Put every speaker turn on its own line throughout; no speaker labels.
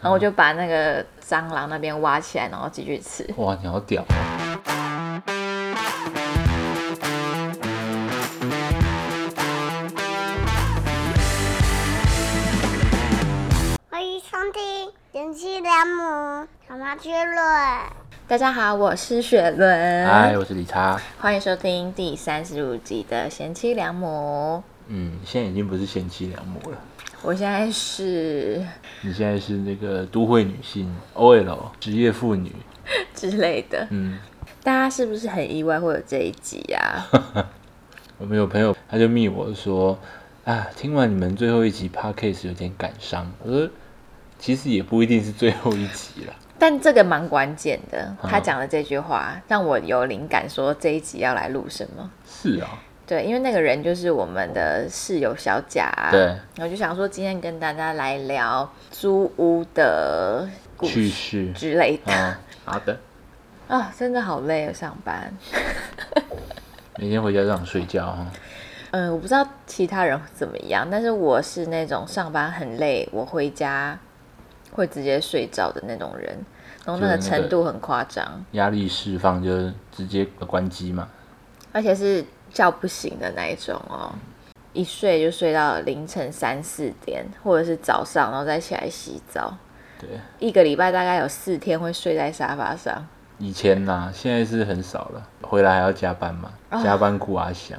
然后
嗯
我就把那个蟑螂那边挖起来，然后继续吃。
哇，你好屌哦！
欢迎收听《贤妻良母》小麻雀论。
大家好，我是雪伦，
嗨，我是李查。
欢迎收听第三十五集的贤妻良母。
嗯，现在已经不是贤妻良母了，
我现在是
你现在是那个都会女性 OL 职业妇女。
之类的，
嗯，
大家是不是很意外会有这一集 啊？
我们有朋友他就密我说，啊，听完你们最后一集 podcast 有点感伤。我说，其实也不一定是最后一集啦。
但这个蛮关键的，
嗯
他讲的这句话让我有灵感，说这一集要来录什么。
是啊，
对，因为那个人就是我们的室友小贾、啊
对，
我就想说今天跟大家来聊租屋的故
去
事
世。
之类的啊、
啊，好的，
真的好累啊，上班。
每天回家都想睡觉啊。
嗯，我不知道其他人怎么样，但是我是那种上班很累，我回家会直接睡着的那种人，然后那个
就是那个
程度很夸张，
压力释放就直接关机嘛。
而且是叫不醒的那一种哦，一睡就睡到凌晨三四点，或者是早上，然后再起来洗澡。
对，
一个礼拜大概有四天会睡在沙发上，
以前呐、现在是很少了。回来还要加班嘛，加班苦阿翔。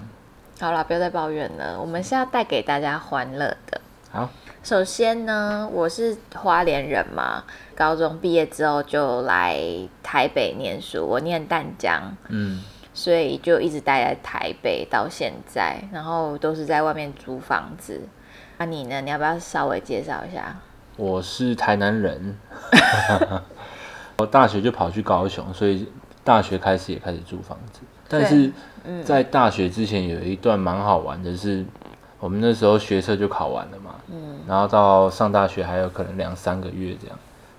好啦，不要再抱怨了，我们是要带给大家欢乐的。
好，
首先呢，我是花莲人嘛，高中毕业之后就来台北念书，我念淡江，
嗯，
所以就一直待在台北到现在，然后都是在外面租房子。那、你呢？你要不要稍微介绍一下？
我是台南人， 我大学就跑去高雄，所以大学开始也开始租房子。但是在大学之前有一段蛮好玩的是，我们那时候学测就考完了嘛，嗯，然后到上大学还有可能两三个月这样。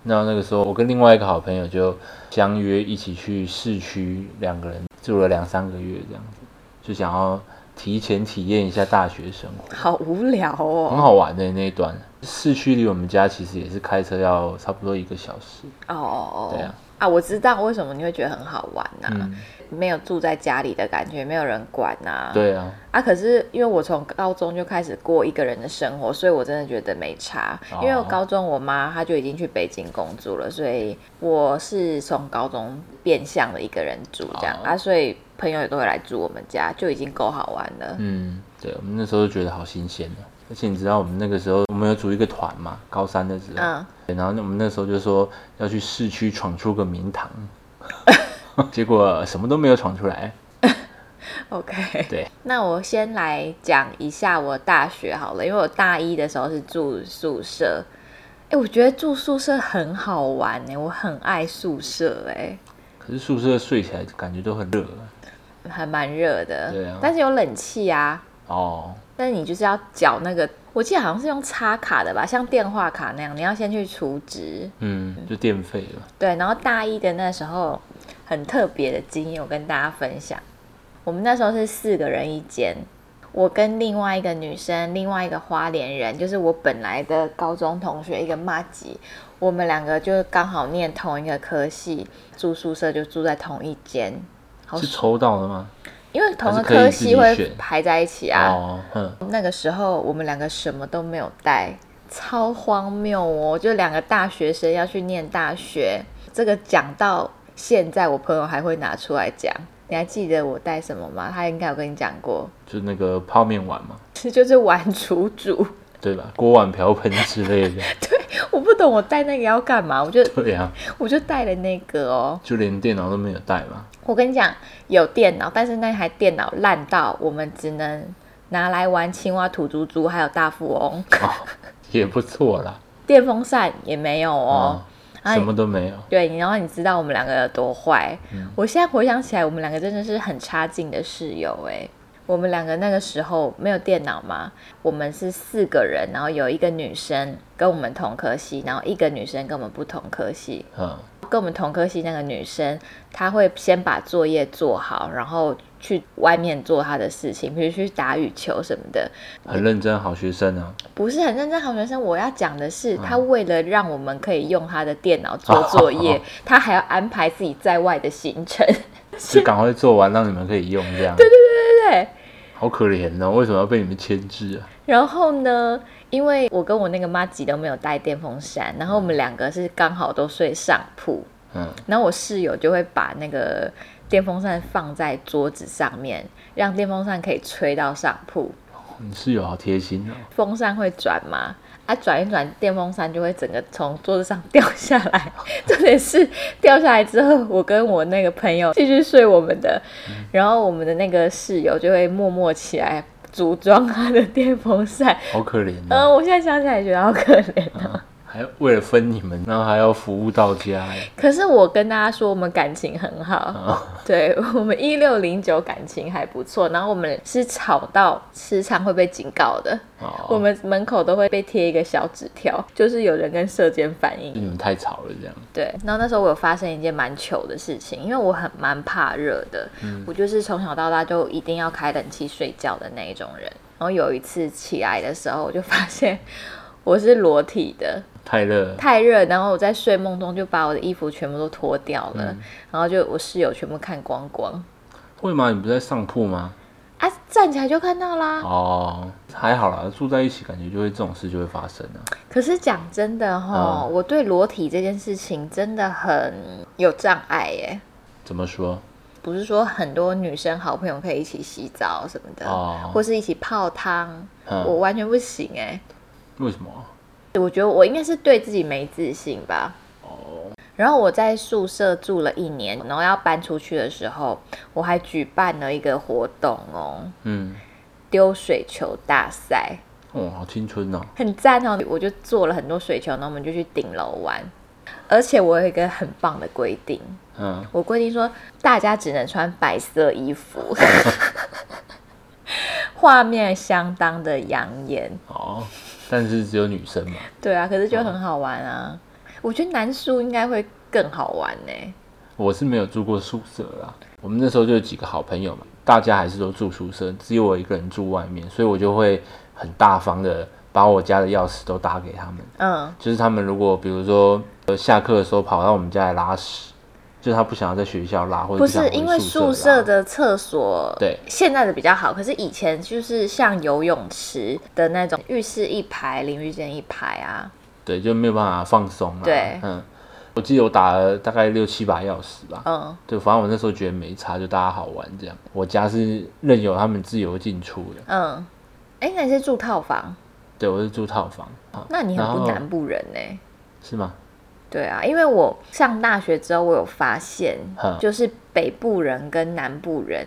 那那个时候，我跟另外一个好朋友就相约一起去市区，两个人住了两三个月这样子，就想要提前体验一下大学生活。
好无聊
很
哦。
好玩的、那一段。市区离我们家其实也是开车要差不多一个小时。
哦哦
对
哦
啊。
啊，我知道为什么你会觉得很好玩呐、
嗯，
没有住在家里的感觉，没有人管呐、
对啊，
啊，可是因为我从高中就开始过一个人的生活，所以我真的觉得没差。
哦
因为我高中我妈她就已经去北京工作了，所以我是从高中变相的一个人住这样、
哦
啊，所以朋友也都会来住我们家，就已经够好玩了。
嗯，对，我们那时候就觉得好新鲜的、而且你知道我们那个时候，我们有组一个团嘛，高三的时候，
嗯，
对然后我们那时候就说要去市区闯出个名 堂，结果什么都没有闯出
嗯
来。
OK，
对，
那我先来讲一下我大学好了，因为我大一的时候是住宿舍，哎，我觉得住宿舍很好玩哎、我很爱宿舍哎、
可是宿舍睡起来感觉都很热
还蛮热的，
对啊
但是有冷气啊。
哦，
但是你就是要缴那个，我记得好像是用插卡的吧，像电话卡那样，你要先去储值。
嗯，就电费了，
对，然后大一的那时候很特别的经验，我跟大家分享。我们那时候是四个人一间，我跟另外一个女生，另外一个花莲人，就是我本来的高中同学，一个妈吉，我们两个就刚好念同一个科系，住宿舍就住在同一间，好
是抽到的吗？
因为同个
还是可
科
以自己
系会
选
排在一起啊。
哦，嗯，
那个时候我们两个什么都没有带，超荒谬哦！就两个大学生要去念大学，这个讲到现在，我朋友还会拿出来讲。你还记得我带什么吗？他应该有跟你讲过，
就那个泡面碗嘛，
这就是玩厨主。
对吧？锅碗瓢盆之类 的，
我不懂我带那个要干嘛，我就
对啊。
我就带了那个哦。
就连电脑都没有带嘛。
我跟你讲，有电脑，但是那台电脑烂到我们只能拿来玩青蛙、土猪猪，还有大富翁，
哦，也不错啦。
电风扇也没有 哦。
嗯，什么都没有。
对，然后你知道我们两个有多坏？我现在回想起来，我们两个真的是很差劲的室友哎、我们两个那个时候没有电脑嘛，我们是四个人，然后有一个女生跟我们同科系，然后一个女生跟我们不同科系。
嗯，
跟我们同科系那个女生，她会先把作业做好，然后去外面做他的事情，比如去打羽球什么的，
很认真好学生啊。
不是很认真好学生。我要讲的是，他为了让我们可以用他的电脑做作业，他还要安排自己在外的行程。
就赶快做完，让你们可以用这样。
对对对对对。
好可怜哦，为什么要被你们牵制啊？
然后呢，因为我跟我那个妈吉都没有带电风扇，然后我们两个是刚好都睡上铺，
嗯，
然后我室友就会把那个电风扇放在桌子上面，让电风室可以吹到上铺。
你室友好贴心哦。
风扇会转吗？啊，转一转，电风扇就会整个从桌子上掉下来。 重点是掉下来之后，我跟我那个朋友继续睡我们的，然后我们的那个室友就会默默起来组装他的电风扇。
好可怜
嗯、
哦，
我现在想起来觉得好可怜哦。
还要为了分你们，然后还要服务到家哎。
可是我跟大家说，我们感情很好，
啊，
对我们一六零九感情还不错，然后我们是吵到时常会被警告的，
哦
我们门口都会被贴一个小纸条，就是有人跟射箭反应
就。你们太吵了这样。
对，然后那时候我有发生一件蛮糗的事情，因为我很蛮怕热的，
嗯
我就是从小到大就一定要开冷气睡觉的那一种人。然后有一次起来的时候，我就发现 我是裸体的，
太热了，
太热，然后我在睡梦中就把我的衣服全部都脱掉了，
嗯
然后就我室友全部看光光
会吗？你不是在上铺吗？
啊，站起来就看到啦。
哦，还好啦，住在一起感觉就会这种事就会发生啊。
可是讲真的哈、
嗯
我对裸体这件事情真的很有障碍耶。
怎么说？
不是说很多女生好朋友可以一起洗澡什么的，
哦
或是一起泡汤，
嗯
我完全不行哎、
为什么？
我觉得我应该是对自己没自信吧。
哦，
然后我在宿舍住了一年，然后要搬出去的时候，我还举办了一个活动哦，
嗯，
丢水球大赛，
哦，好青春哦。
很赞哦！我就做了很多水球，然后我们就去顶楼玩。而且我有一个很棒的规定，
嗯，
我规定说，大家只能穿白色衣服， 画面相当的养眼。
哦，但是只有女生嘛。
对啊，可是就很好玩啊。我觉得男宿应该会更好玩呢、
我是没有住过宿舍啦。我们那时候就有几个好朋友嘛，大家还是都住宿舍，只有我一个人住外面，所以我就会很大方的把我家的钥匙都打给他们。
嗯，
就是他们如果比如说呃下课的时候跑到我们家来拉屎，就是他不想要在学校拉，或者
不
想
是
回
因为宿
宿
舍
拉
的厕所，
对
现在的比较好，可是以前就是像游泳池的那种浴室一排，淋浴间一排啊。
对就没有办法放松啦。
对
嗯，我记得我打了大概六七把钥匙吧。
嗯，
对，反正我那时候觉得没差，就大家好玩这样。我家是任由他们自由进出的，
嗯，哎、那你是住套房，
对我是住套房，啊
那你很
然
不
后
南部人呢、
是吗？
对啊，因为我上大学之后，我有发现
哼，
就是北部人跟南部人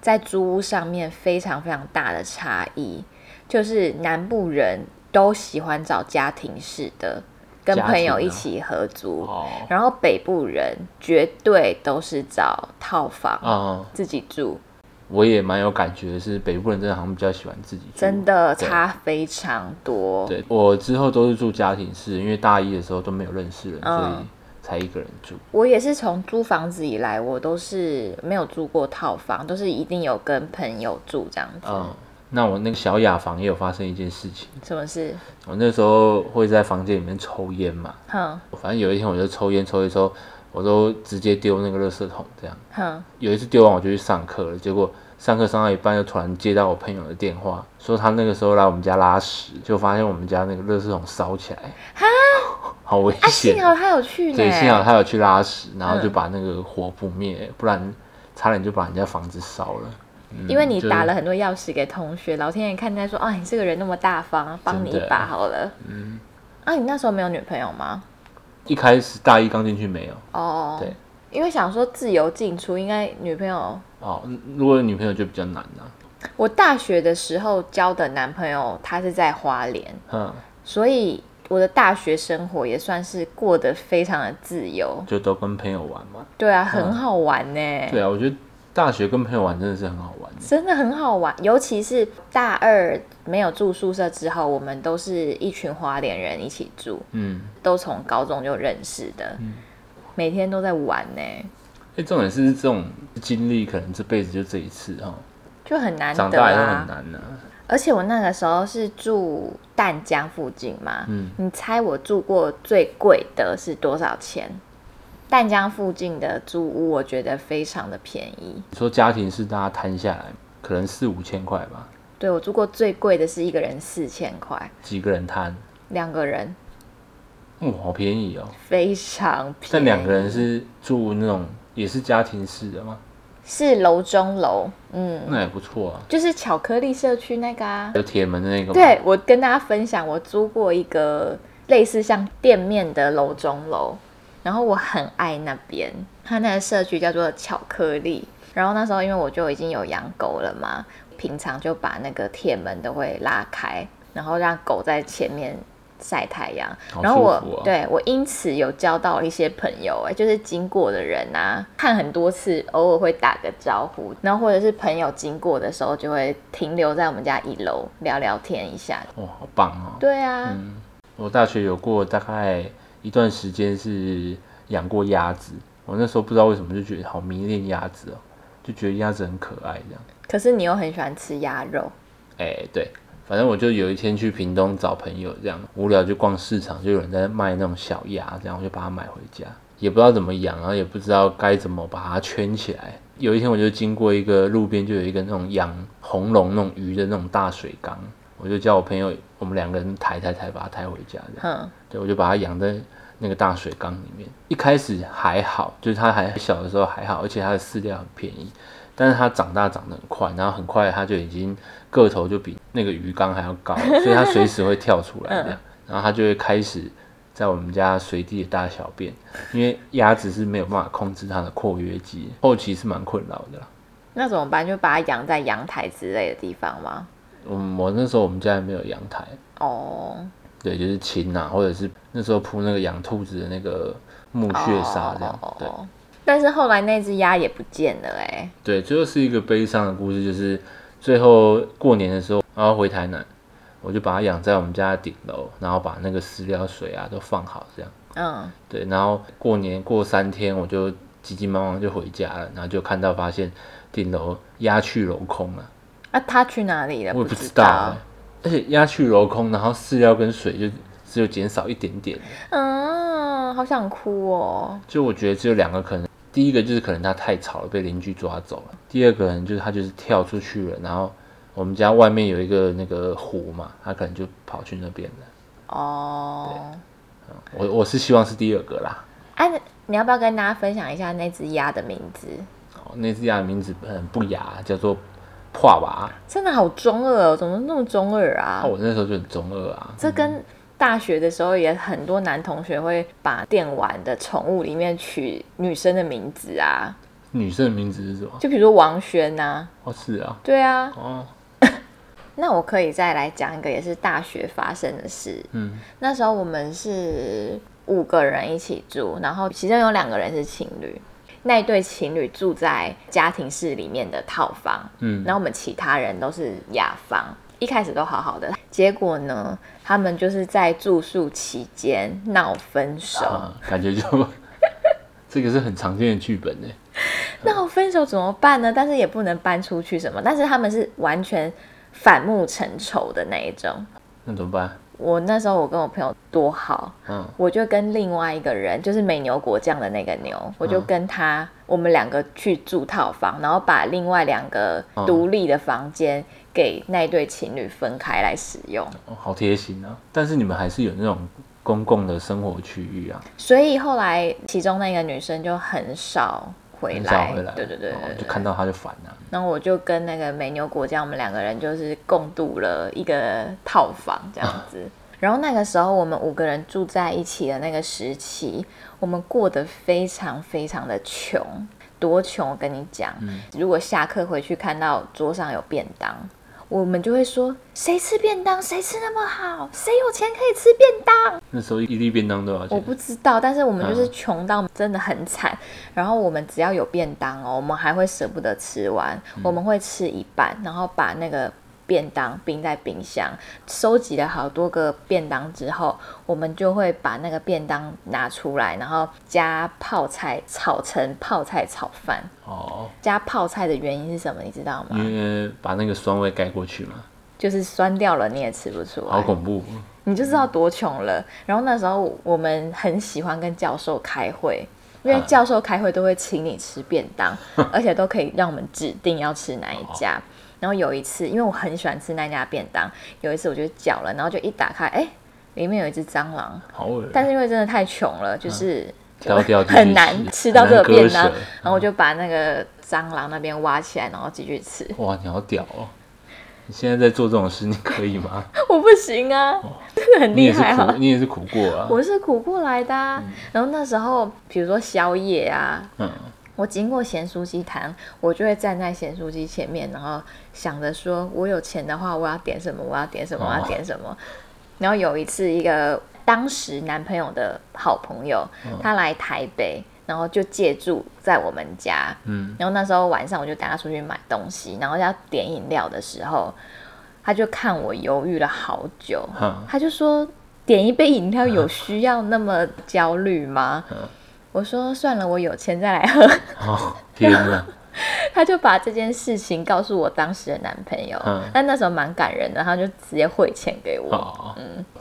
在租屋上面非常非常大的差异，就是南部人都喜欢找家庭式的，跟
家庭
朋友一
啊
起合租，
哦，
然后北部人绝对都是找套房、
啊、
自己住，
我也蛮有感觉的是，北部人真的好像比较喜欢自己住。
真的
对
差非常多。
对我之后都是住家庭式，因为大一的时候都没有认识人，
嗯
所以才一个人住。
我也是从租房子以来，我都是没有住过套房，都是一定有跟朋友住这样子。
嗯，那我那个小雅房也有发生一件事情，
什么事？
我那时候会在房间里面抽烟嘛，
哼
反正有一天我就抽烟抽一抽，我都直接丢那个垃圾桶这样。
哼，
有一次丢完我就去上课了，结果上课上到一半，就突然接到我朋友的电话，说他那个时候来我们家拉屎，就发现我们家那个垃圾桶烧起来， 好危
啊，
险
幸
哦、
好他有去呢。
对，幸好他有去拉屎，然后就把那个火扑灭，不然差点就把人家房子烧了。
因为你
嗯就是
打了很多钥匙给同学，老天爷看在说，啊，你这个人那么大方，帮你一
真的
把好了。嗯。啊，你那时候没有女朋友吗？
一开始大一刚进去没有
哦，
对，
因为想说自由进出，应该女朋友
哦，嗯如果有女朋友就比较难啊了、
我大学的时候交的男朋友，他是在花莲，
嗯，
所以我的大学生活也算是过得非常的自由。
就都跟朋友玩嘛。
对啊，很好玩呢、
嗯对啊，我觉得大学跟朋友玩真的是很好玩的。
真的很好玩，尤其是大二没有住宿舍之后，我们都是一群花莲人一起住，
嗯，
都从高中就认识的，每天都在玩呢、
哎，重点是这种经历可能这辈子就这一次哦哈、
就很难
长
得
大也会很
啊。
难呐、
而且我那个时候是住淡江附近嘛，
嗯
你猜我住过最贵的是多少钱？淡江附近的租屋，我觉得非常的便宜。
你说家庭是大家摊下来，可能四五千块吧，
对我住过最贵的是一个人四千块，
几个人摊，
两个人
哇、好便宜哦。
非常便宜。
但两个人是住那种也是家庭式的吗？
是楼中楼，嗯，
那也不错啊，
就是巧克力社区那个啊。
有铁门的那个吗？
对，我跟大家分享，我租过一个类似像店面的楼中楼，然后我很爱那边，它那个社区叫做巧克力。然后那时候因为我就已经有养狗了嘛，平常就把那个铁门都会拉开，然后让狗在前面晒太阳。
好
然后我、
舒服啊
对我因此有交到一些朋友、哎，就是经过的人啊，看很多次，偶尔会打个招呼，然后或者是朋友经过的时候就会停留在我们家一楼聊聊天一下。
哇，好棒哦。
对啊，
我大学有过大概一段时间是养过鸭子，我那时候不知道为什么就觉得好迷恋鸭子哦，就觉得鸭子很可爱这样。
可是你又很喜欢吃鸭肉，
哎、对，反正我就有一天去屏东找朋友，这样无聊就逛市场，就有人在卖那种小鸭，这样我就把它买回家，也不知道怎么养，然啊后也不知道该怎么把它圈起来。有一天我就经过一个路边，就有一个那种养红龙那种鱼的那种大水缸，我就叫我朋友，我们两个人抬抬抬，把它抬回家，这样。
哼，
对，我就把它养在那个大水缸里面。一开始还好，就是它还小的时候还好，而且它的饲料很便宜。但是它长大长得很快，然后很快它就已经个头就比那个鱼缸还要高了，所以它随时会跳出来 这样。然后它就会开始在我们家随地的大小便，因为鸭子是没有办法控制它的括约肌，后期是蛮困扰的啦。
那怎么办？就把它养在阳台之类的地方吗？
嗯，我那时候我们家也没有阳台，
哦，
对，就是青啊，或者是那时候铺那个养兔子的那个木屑沙这样，
哦
对。
但是后来那只鸭也不见了、哎，
对，最后是一个悲伤的故事，就是最后过年的时候，然后回台南，我就把它养在我们家的顶楼，然后把那个饲料水啊都放好，这样。
嗯，
对，然后过年过三天，我就急急忙忙就回家了，然后就看到发现顶楼鸦去楼空了，
那、啊、它去哪里了？
我也不
知
知道、欸，而且鸦去楼空，然后饲料跟水就只有减少一点点，
嗯，好想哭哦。
就我觉得只有两个可能，第一个就是可能它太吵了被邻居抓走了，第二个可能就是它就是跳出去了，然后我们家外面有一个那个湖嘛，它可能就跑去那边了。
哦，
我我是希望是第二个啦。
哎、啊，你要不要跟大家分享一下那只鸭的名字？
哦，那只鸭的名字很不雅，叫做破娃。
真的好中二哦，怎么那么中二啊？
啊，我那时候就很中二啊。
这跟大学的时候也很多男同学会把电玩的宠物里面取女生的名字啊，
女生的名字是什么？
就比如说王轩呐、
哦，是啊。
对啊。
哦，
那我可以再来讲一个也是大学发生的事，
嗯，
那时候我们是五个人一起住，然后其中有两个人是情侣。那一对情侣住在家庭式里面的套房，
嗯
然后我们其他人都是雅房。一开始都好好的，结果呢，他们就是在住宿期间闹分手。
啊，感觉就 这个是很常见的剧本呢。
那我分手怎么办呢？但是也不能搬出去什么，但是他们是完全反目成仇的那一种。
那怎么办？
我那时候我跟我朋友多好，
嗯，
我就跟另外一个人，就是美牛果酱的那个牛，
嗯
我就跟他，我们两个去住套房，然后把另外两个
嗯
独立的房间给那对情侣分开来使用。
哦，好贴心啊！但是你们还是有那种公共的生活区域啊，
所以后来其中那个女生就很少回
很
来，
少回来，
对对对对
哦
对
就看到他就烦了、
然后我就跟那个美牛果酱，我们两个人就是共度了一个套房这样子。 然后那个时候我们五个人住在一起的那个时期，我们过得非常非常的穷，多穷！我跟你讲，如果下课回去看到桌上有便当，我们就会说：谁吃便当？谁吃那么好？谁有钱可以吃便当？
那时候一粒便当多少
我
钱？
不知道，但是我们就是穷到真的很惨。然后我们只要有便当哦，我们还会舍不得吃完，我们会吃一半，然后把那个便当冰在冰箱，收集了好多个便当之后，我们就会把那个便当拿出来，然后加泡菜炒成泡菜炒饭。
哦，
加泡菜的原因是什么？你知道吗？
因为把那个酸味盖过去嘛，
就是酸掉了你也吃不出
好
来，
恐怖。
你就知道多穷了。然后那时候我们很喜欢跟教授开会。因为
啊
教授开会都会请你吃便当，
嗯
而且都可以让我们指定要吃哪一家。
哦
然后有一次，因为我很喜欢吃那家便当，有一次我就叫了，然后就一打开，哎，里面有一只蟑螂。
好恶
但是因为真的太穷了，就是
挑嗯掉进去
很难吃到这个便当，
很难割舍
然后我就把那个蟑螂那边挖起来，然后继续吃。
哇，你好屌哦！你现在在做这种事，你可以吗？
我不行啊，真的很
哦你
厉
也是
害
苦
啊，！
你也是苦过啊。
我是苦过来的、啊。然后那时候，比如说宵夜啊，
嗯，
我经过咸酥鸡摊，我就会站在咸酥鸡前面，然后想着说，我有钱的话，我要点什么，我要点什么，
哦
我要点什么。然后有一次，一个当时男朋友的好朋友，
嗯
他来台北，然后就借住在我们家。
嗯，
然后那时候晚上我就带他出去买东西，然后要点饮料的时候，他就看我犹豫了好久，
哈，
他就说点一杯饮
啊
料有需要那么焦虑吗？我说算了，我有钱再来喝。
好，天哪！
他就把这件事情告诉我当时的男朋友
嗯，
但那时候蛮感人的，他就直接汇钱给我，
哦，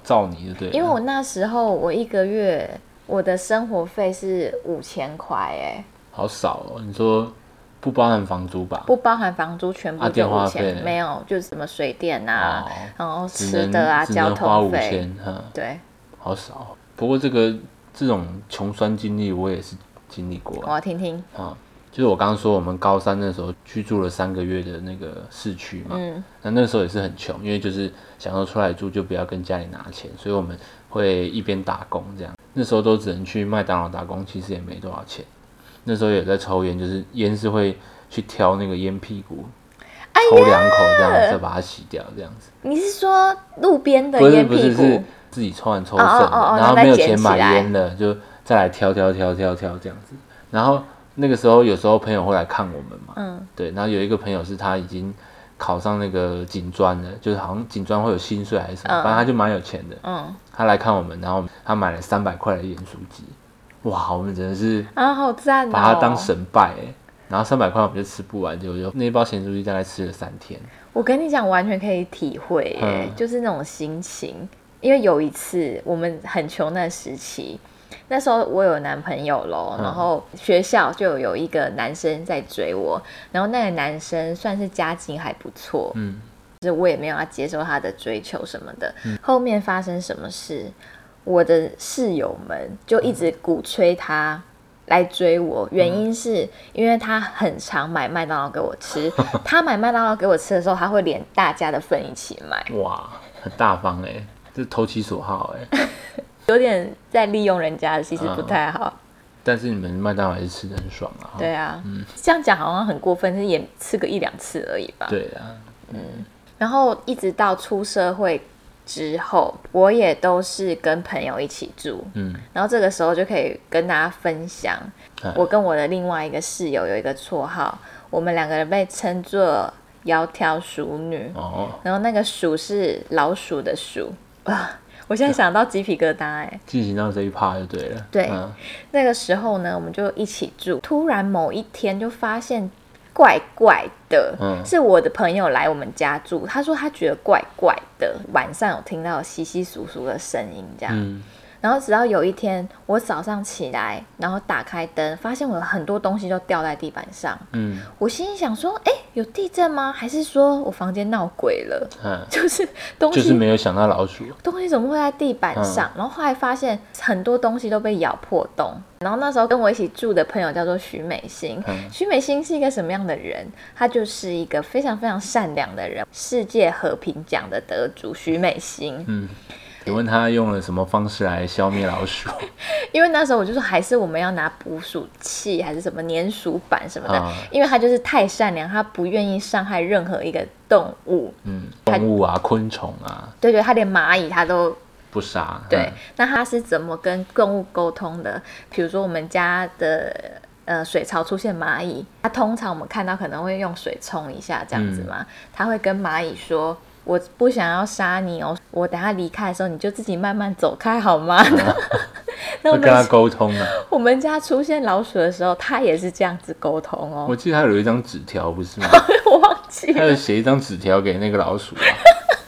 照你就对
嗯
了。
因为我那时候我一个月我的生活费是五千块，哎，
好少哦，你说不包含房租吧？
不包含房租，全部
啊
就
电
五
话
千、
费
没有，就是什么水电啊，
哦
然后
只
吃
能
的啊，
只
交
能花
通
五
费，
千，哈，
对，
好少。不过这个这种穷酸经历，我也是经历过
我
啊。
要听听，
啊就是我刚刚说，我们高三的时候居住了三个月的那个市区嘛，
嗯
那那时候也是很穷，因为就是想要出来住，就不要跟家里拿钱，所以我们会一边打工这样。那时候都只能去麦当劳打工，其实也没多少钱。那时候也在抽烟，就是烟是会去挑那个烟屁股，抽两口这样，再把它洗掉这样子。
你是说路边的
不是
烟
不是
屁
是
股？
自己抽完抽
哦
剩
哦
的，
哦哦
然后
然后
没有
再捡
钱
起
买
来
烟了，就再来挑挑挑挑挑这样子。然后那个时候有时候朋友会来看我们嘛，
嗯，
对，然后有一个朋友是他已经考上那个警专了，就是好像警专会有薪水还是什么，
嗯
反正他就蛮有钱的。
嗯
他来看我们，然后他买了三百块的盐酥鸡，哇，我们真的是
啊，好赞哦！
把它当神拜哎、然后三百块我们就吃不完，结果就那一包咸酥鸡大概吃了三天。
我跟你讲，完全可以体会耶，
嗯
就是那种心情。因为有一次我们很穷那时期，那时候我有男朋友咯，
嗯
然后学校就有一个男生在追我，然后那个男生算是家境还不错，
嗯，
就是我也没有要接受他的追求什么的。后面发生什么事，我的室友们就一直鼓吹他来追我，原
嗯
因是因为他很常买麦当劳给我 吃。他买麦当劳给我吃的时候，他会连大家的份一起买，
哇，很大方哎、这投其所好哎、
有点在利用人家，其实不太好。
嗯但是你们麦当劳还是吃的很爽啊。
对啊，这样讲好像很过分，但是也吃个一两次而已吧。
对啊，
然后一直到出社会之后，我也都是跟朋友一起住，
嗯，
然后这个时候就可以跟大家分享，
哎
我跟我的另外一个室友有一个绰号，我们两个人被称作“窈窕淑女”，
哦，
然后那个“鼠”是老鼠的“鼠”啊，我现在想到鸡皮疙瘩哎、
进行到这一趴就对了。
对
嗯，
那个时候呢，我们就一起住，突然某一天就发现怪怪的，
嗯
是我的朋友来我们家住，他说他觉得怪怪的，晚上有听到稀稀疏疏的声音这样，
嗯
然后直到有一天，我早上起来，然后打开灯，发现我有很多东西都掉在地板上。
嗯
我心里想说，哎，有地震吗？还是说我房间闹鬼了？
嗯，
就是东西、
就是没有想到老鼠。
东西怎么会在地板
嗯
上？然后后来发现很多东西都被咬破洞。然后那时候跟我一起住的朋友叫做徐美心，
嗯
徐美心是一个什么样的人？她就是一个非常非常善良的人，世界和平奖的得主徐美心。
嗯，请问他用了什么方式来消灭老鼠？
因为那时候我就说，还是我们要拿捕鼠器，还是什么粘鼠板什么的，
啊
因为他就是太善良，他不愿意伤害任何一个动物。
嗯，动物啊，昆虫啊，
对对，他连蚂蚁他都
不杀。嗯
对。那他是怎么跟动物沟通的？比如说我们家的呃水槽出现蚂蚁，它通常我们看到可能会用水冲一下这样子
嗯
嘛，它会跟蚂蚁说。我不想要杀你哦，我等下离开的时候，你就自己慢慢走开好吗？ 那我
哦会跟他
们
沟通啊。
我们家出现老鼠的时候，它也是这样子沟通哦
我。记得他有一张纸条，不是吗？
我忘记
他
了，
有写一张纸条给那个老鼠啊。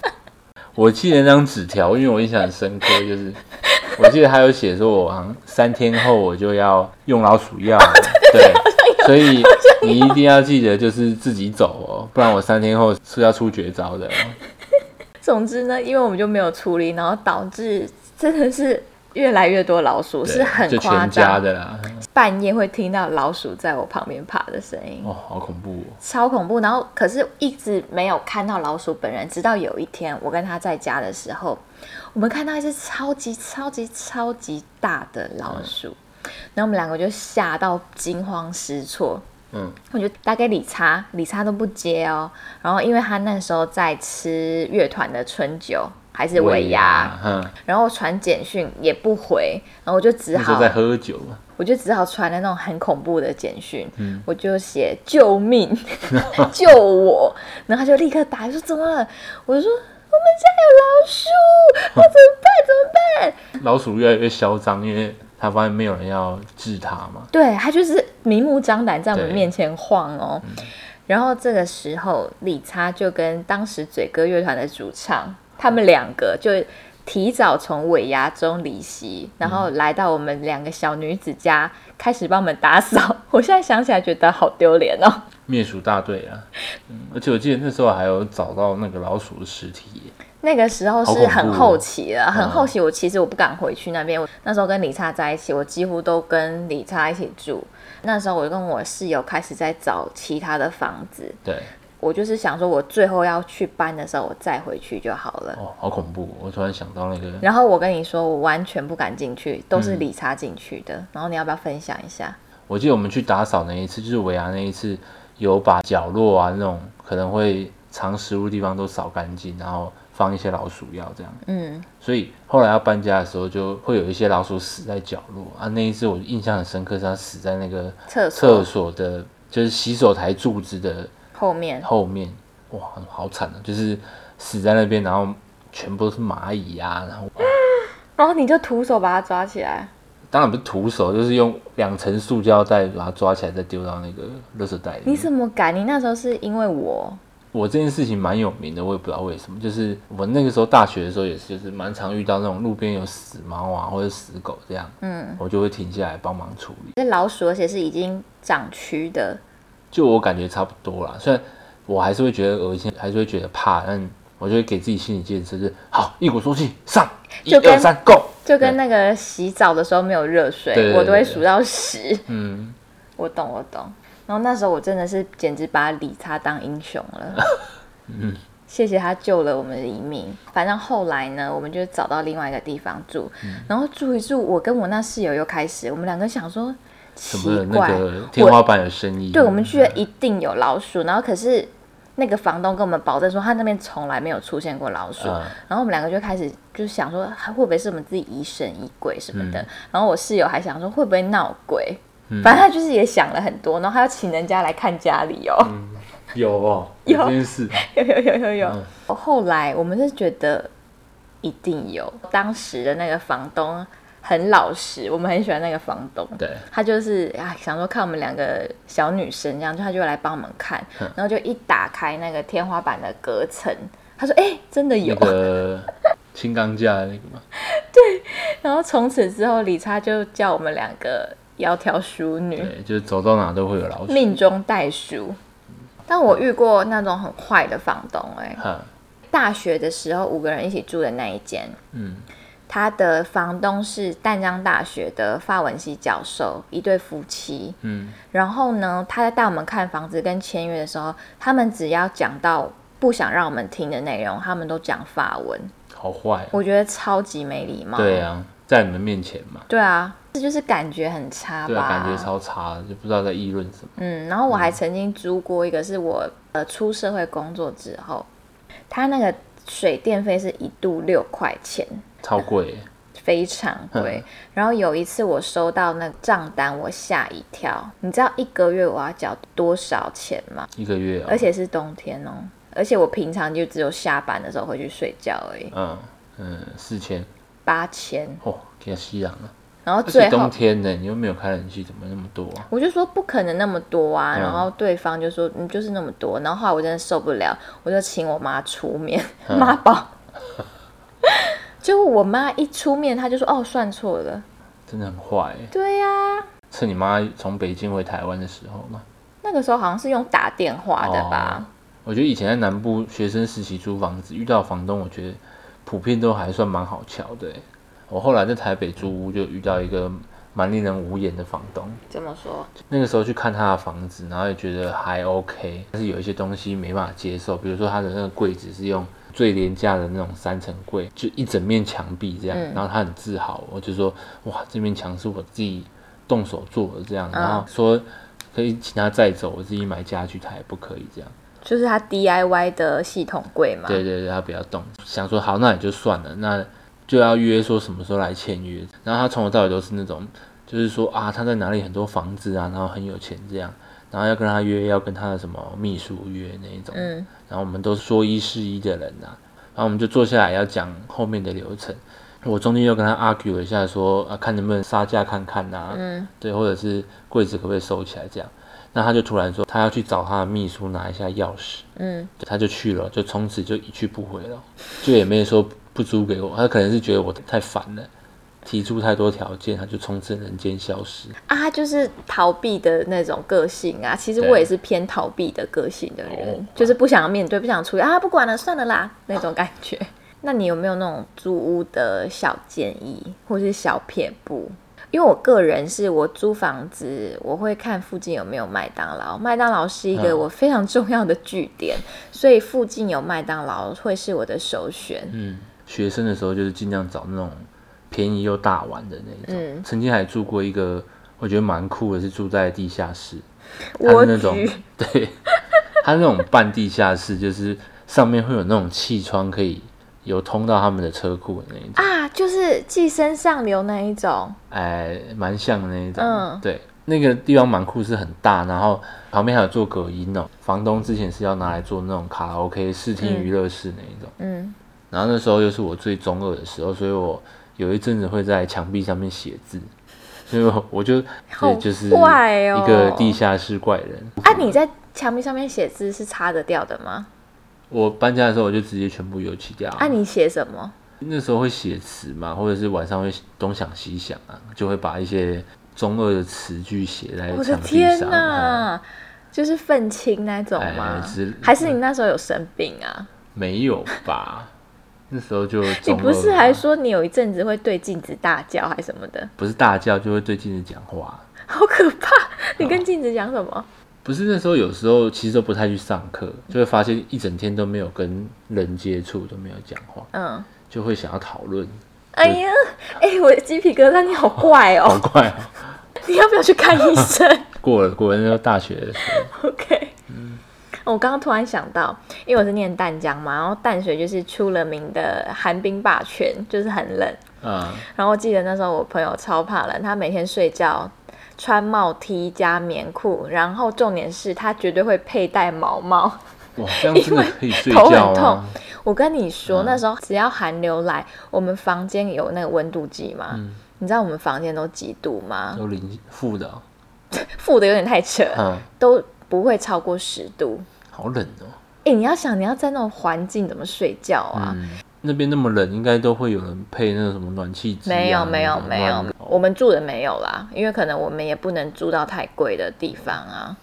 我记得那张纸条，因为我印象很深刻，就是 我记得他有写说，我好像三天后我就要用老鼠药 了，对，所以你一定要记得就是自己走哦，不然我三天后是要出绝招的哦。
总之呢，因为我们就没有处理，然后导致真的是越来越多老鼠，
对
是很
就
夸
全家
张。
的啦，
半夜会听到老鼠在我旁边爬的声音，
哦，好恐怖哦。
超恐怖。然后可是一直没有看到老鼠本人，直到有一天我跟他在家的时候，我们看到一只超级超级超级大的老鼠，然后我们两个就吓到惊慌失措。
嗯，
我就打给理查，理查都不接哦。然后因为他那时候在吃乐团的春酒还是尾牙，，
嗯，
然后传简讯也不回，然后我就只
那时
好
候在喝酒嘛，
我就只好传了那种很恐怖的简讯，我就写救命，救我，然后他就立刻打来说怎么了？我就说我们家有老鼠，那怎么办？怎么办？
老鼠越来越嚣张，因为他发现没有人要治它嘛，
对他就是明目张胆在我们
对
面前晃哦。然后这个时候，理查就跟当时嘴哥乐团的主唱，他们两个就提早从尾牙中离席，然后来到我们两个小女子家，开始帮我们打扫。 我现在想起来觉得好丢脸哦。
灭鼠大队啊、嗯而且我记得那时候还有找到那个老鼠的尸体耶，
那个时候
好
是
恐怖
很
哦
后期了，很后期。我其实我不敢回去那边，我那时候跟李查在一起，我几乎都跟李查一起住。那时候我跟我室友开始在找其他的房子，
对，
我就是想说，我最后要去搬的时候，我再回去就好了。
哦，好恐怖！我突然想到那个，
然后我跟你说，我完全不敢进去，都
嗯
是理查进去的。然后你要不要分享一下？
我记得我们去打扫那一次，就是维亚那一次，有把角落啊那种可能会藏食物的地方都扫干净，然后放一些老鼠药这样。
嗯，
所以后来要搬家的时候，就会有一些老鼠死在角落啊。那一次我印象很深刻，是它死在那个
厕所
厕所的，就是洗手台柱子的
后面
后面，哇，好惨啊！就是死在那边，然后全部都是蚂蚁啊，然后
然后你就徒手把它抓起来，
当然不是徒手，就是用两层塑胶袋把它抓起来，再丢到那个垃圾袋里
你
面。
怎么敢？你那时候是因为我，
我这件事情蛮有名的，我也不知道为什么，就是我那个时候大学的时候也是，就是蛮常遇到那种路边有死猫啊或者死狗这样，
嗯，
我就会停下来帮忙处理。
这老鼠而且是已经长蛆的，
就我感觉差不多啦，虽然我还是会觉得恶心，还是会觉得怕，但我就会给自己心理建设，就是好，一鼓作气上，一
就跟
二三，Go！
就跟那个洗澡的时候没有热水，
对对对
我都会
对
数到十。
嗯，
我懂，我懂。然后那时候我真的是简直把理查当英雄了。 谢谢他救了我们的一命。反正后来呢，我们就找到另外一个地方住，
嗯
然后住一住，我跟我那室友又开始，我们两个想说
什
奇
么那
怪，
个天花板有声音，
对我们觉得一定有老鼠，然后可是那个房东跟我们保证说他那边从来没有出现过老鼠，
嗯
然后我们两个就开始就想说还会不会是我们自己疑神疑鬼什么的，
嗯
然后我室友还想说会不会闹鬼，反正他就是也想了很多，然后他要请人家来看家里哦，
嗯有哦，
有
这件事，
有有有有有。
嗯
后来我们是觉得一定有，当时的那个房东很老实，我们很喜欢那个房东，
对。
他就是啊，想说看我们两个小女生这样，就他就来帮我们看，
嗯
然后就一打开那个天花板的隔层，他说：“哎、真的有。
那个青钢架的那个嘛，
然后从此之后，理查就叫我们两个窈窕淑女，
对，就是走到哪都会有老鼠。
命中带书。但我遇过那种很坏的房东、哎，
哈，
大学的时候五个人一起住的那一间，
嗯，
他的房东是淡江大学的法文系教授，一对夫妻。
嗯，
然后呢，他在带我们看房子跟签约的时候，他们只要讲到不想让我们听的内容，他们都讲法文，
好坏、啊。
我觉得超级没礼貌。
对，啊，在你们面前嘛，
对啊，这就是感觉很差吧？
对啊，感觉超差的，就不知道在议论什么。
嗯，然后我还曾经租过一个，是我呃出社会工作之后，他那个水电费是一度六块钱，
超贵耶，
非常贵。
嗯
然后有一次我收到那个账单，我吓一跳。你知道一个月我要缴多少钱吗？
一个月、哦，
而且是冬天哦，而且我平常就只有下班的时候回去睡觉而已，
嗯嗯，四千
八千。
哦，给他吸氧了。
然后
而且
最
冬
后
天呢，你又没有开冷气，怎么那么多啊？
我就说不可能那么多啊，
嗯
然后对方就说嗯就是那么多，然后后来我真的受不了，我就请我妈出面，
嗯
妈宝。 结果我妈一出面，她就说哦算错了，
真的很坏欸。
对呀、
趁你妈从北京回台湾的时候嘛，
那个时候好像是用打电话的吧？
我觉得以前在南部学生时期租房子遇到房东，我觉得普遍都还算蛮好瞧的欸。我后来在台北租屋就遇到一个蛮令人无言的房东，
这么说？
那个时候去看他的房子，然后也觉得还 OK，但是有一些东西没办法接受，比如说他的那个柜子是用最廉价的那种三层柜，就一整面墙壁这样，
嗯
然后他很自豪，我就说哇，这面墙是我自己动手做的这样，然后说可以请他载走，我自己买家具，他也不可以这样。
就是他 DIY 的系统柜嘛？
对对对，他不要动，想说好，那也就算了，那就要约说什么时候来签约。然后他从头到尾都是那种，就是说啊，他在哪里很多房子啊，然后很有钱这样，然后要跟他约，要跟他的什么秘书约那一种。
嗯，
然后我们都说一是一的人呐、然后我们就坐下来要讲后面的流程。我中间又跟他 argue 了一下说啊，看能不能杀价看看呐、嗯，对，或者是柜子可不可以收起来这样。那他就突然说，他要去找他的秘书拿一下钥匙，
嗯，
他就去了，就从此就一去不回了，就也没说不租给我，他可能是觉得我太烦了，提出太多条件，他就从此人间消失。
啊，他就是逃避的那种个性啊。其实
对
我也是偏逃避的个性的人
哦，
就是不想面对，不想处理啊，不管了，算了啦那种感觉。 那你有没有那种租屋的小建议，或是小撇步？因为我个人是我租房子，我会看附近有没有麦当劳。麦当劳是一个
嗯
我非常重要的据点，所以附近有麦当劳会是我的首选。
嗯，学生的时候就是尽量找那种便宜又大碗的那一种。
嗯
曾经还住过一个，我觉得蛮酷的，是住在地下室，
蜗
它是嗯啊那种
居
对，它那种半地下室，就是上面会有那种气窗可以有通到他们的车库的那一种，
啊，就是寄生上流那一种。
哎、蛮像的那一种。
嗯
对，那个地方蛮酷，是很大，然后旁边还有做隔音哦。房东之前是要拿来做那种卡拉 OK 视听娱乐室那一种。
嗯，
然后那时候又是我最中二的时候，所以我有一阵子会在墙壁上面写字，所以我我就
好
对就是
怪哦
一个地下室怪人。
啊，你在墙壁上面写字是擦得掉的吗？
我搬家的时候我就直接全部油漆掉。
啊，你写什么？
那时候会写词嘛，或者是晚上会东想西想啊，就会把一些中二的词句写在
我的
墙壁
天
上。嗯
哪，就是愤青那种吗
哎之？
还是你那时候有生病啊？
没有吧？那时候就
你
中二
不是
嘛
还说你有一阵子会对镜子大叫还是什么的？
不是大叫就会对镜子讲话？
好可怕！你
哦
跟镜子讲什么？
不是那时候，有时候其实都不太去上课，就会发现一整天都没有跟人接触，都没有讲话，
嗯，
就会想要讨论，
哎呀，哎、我的鸡皮疙瘩，你好怪
好
哦！
怪哦、
你要不要去看医 生？
过了过了那时候大学的时候，
OK，、我哦刚刚突然想到，因为我是念淡江嘛，然后淡水就是出了名的寒冰霸权，就是很冷。
啊、
然后我记得那时候我朋友超怕冷，他每天睡觉穿帽 T 加棉裤，然后重点是他绝对会佩戴毛毛。
哇，这样真的可以睡
头
觉啊
很
吗
痛？。 我跟你说，那时候只要寒流来，我们房间有那个温度计嘛。
嗯
你知道我们房间都几度吗？
都零负的哦、
负的有点太扯了，
嗯，
都不会超过十度。
好冷哦、
哎、你要想你要在那种环境怎么睡觉啊？
嗯，那边那么冷，应该都会有人配那个什么暖气机、啊？
没有没有
那种
没有
暖，
我们住的没有啦，因为可能我们也不能住到太贵的地方啊。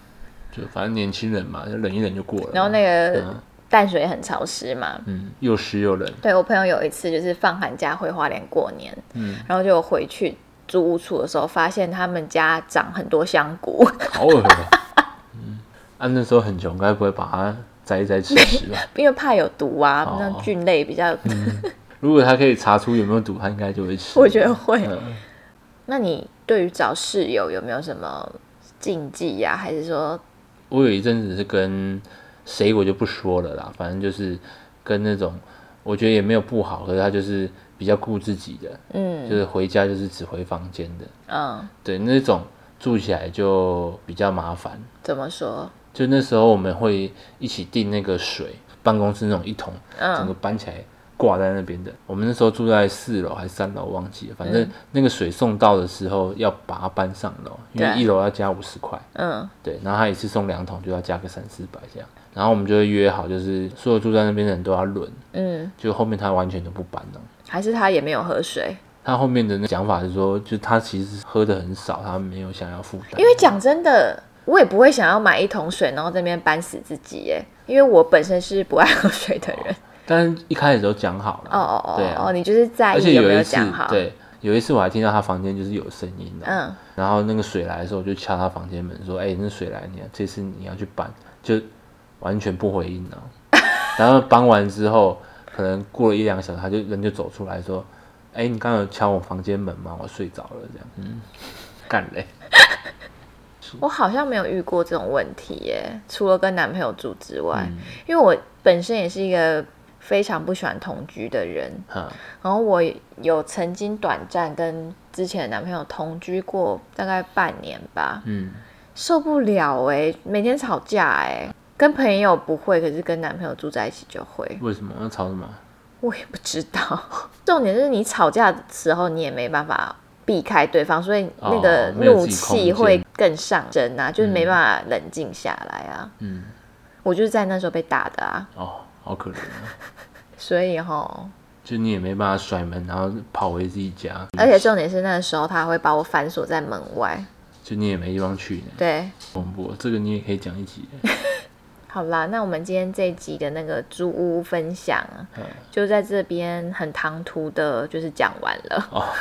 就反正年轻人嘛，就冷一冷就过了。
然后那个
嗯
淡水也很潮湿嘛。
嗯，又湿又冷，
对我朋友有一次就是放寒假回花莲过年，
嗯
然后就回去租屋处的时候，发现他们家长很多香菇，
好恶、哦。嗯，啊，那时候很穷，该不会把它摘一摘吃吃吧？
因为怕有毒啊，
哦嗯
那菌类比较，
如果他可以查出有没有毒，他应该就会吃。
我觉得会。
嗯
那你对于找室友有没有什么禁忌呀、还是说
我有一阵子是跟谁我就不说了啦，反正就是跟那种我觉得也没有不好，可是他就是比较顾自己的，就
嗯
是回家就是只回房间的，
嗯，
对，那种住起来就比较麻烦。
怎么说？
就那时候我们会一起订那个水，办公室那种一桶，整个
嗯
搬起来挂在那边的。我们那时候住在四楼还是三楼，忘记了，反
嗯
正那个水送到的时候要把它搬上楼，因为
对
一楼要加五十块。
嗯
对，然后他一次送两桶，就要加个三四百这样。然后我们就会约好，就是所有住在那边的人都要轮，
嗯，
就后面他完全都不搬了。
还是他也没有喝水，
他后面的那讲法是说，就他其实喝的很少，他没有想要负担。
因为讲真的，我也不会想要买一桶水，然后在那边搬死自己耶，因为我本身是不爱喝水的人。
但是一开始都讲好了。
哦哦哦
对
哦
啊
哦，你就是在
而
意
且
有没
一
有
次
讲好？，
对，有一次我还听到他房间就是有声音的、
嗯，
然后那个水来的时候，我就敲他房间门说：“哎、那水来，你这次你要去搬。”就完全不回应了、 然后搬完之后，可能过了一两个小时，他就人就走出来说：“哎、你刚刚有敲我房间门吗？我睡着了。”这样，嗯，干嘞。
我好像没有遇过这种问题耶，除了跟男朋友住之外，
嗯
因为我本身也是一个非常不喜欢同居的人，
哈，
然后我有曾经短暂跟之前的男朋友同居过大概半年吧，
嗯，
受不了哎、每天吵架哎、跟朋友不会，可是跟男朋友住在一起就会，
为什么要吵什么？
我也不知道。重点是你吵架的时候，你也没办法避开对方，所以那个
哦没有
怒
自己空间
气会更上升啊，就是没办法冷静下来啊。
嗯，
我就是在那时候被打的啊，
哦，好可 怜啊！
所以吼，
就你也没办法甩门，然后跑回自己家，
而且重点是那时候他会把我反锁在门外。
就你也没地方去呢。
对，
恐怖，哦这个你也可以讲一集。
好啦，那我们今天这一集的那个租屋分享啊，
嗯
就在这边很唐突的，就是讲完了。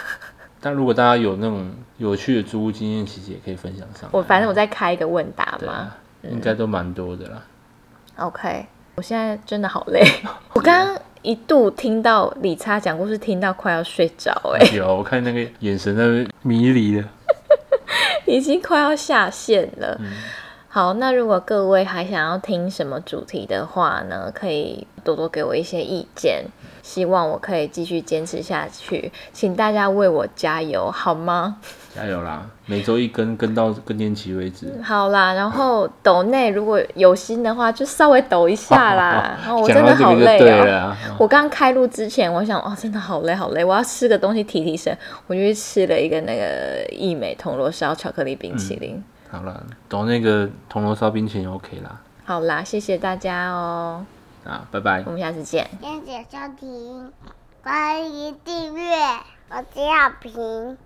但如果大家有那种有趣的租屋经验，其实也可以分享上来。
我嗯反正我再开一个问答
啊对
嘛
啊。，应该都蛮多的啦。
OK，我现在真的好 累，我刚刚一度听到理查讲故事，听到快要睡着、哎，
有，我看那个眼神在那边迷离的。
已经快要下线了。
嗯
好，那如果各位还想要听什么主题的话呢，可以多多给我一些意见，希望我可以继续坚持下去，请大家为我加油，好吗？
加油啦！每周一更，更到更年期为止。。
好啦，然后抖内如果有心的话，就稍微抖一下啦 然后我真
讲到
的
这
好
个就
累
对
哦、
了啊、
我刚开录之前，我想哦，真的好累好累，我要吃个东西提提神，我就去吃了一个那个益美铜锣烧巧克力冰淇淋。
好啦，懂那个铜锣烧冰淇淋 OK 啦。
好啦，谢谢大家哦，
啊，拜拜
我。们下次见。
谢谢收听，欢迎订阅，我是小平，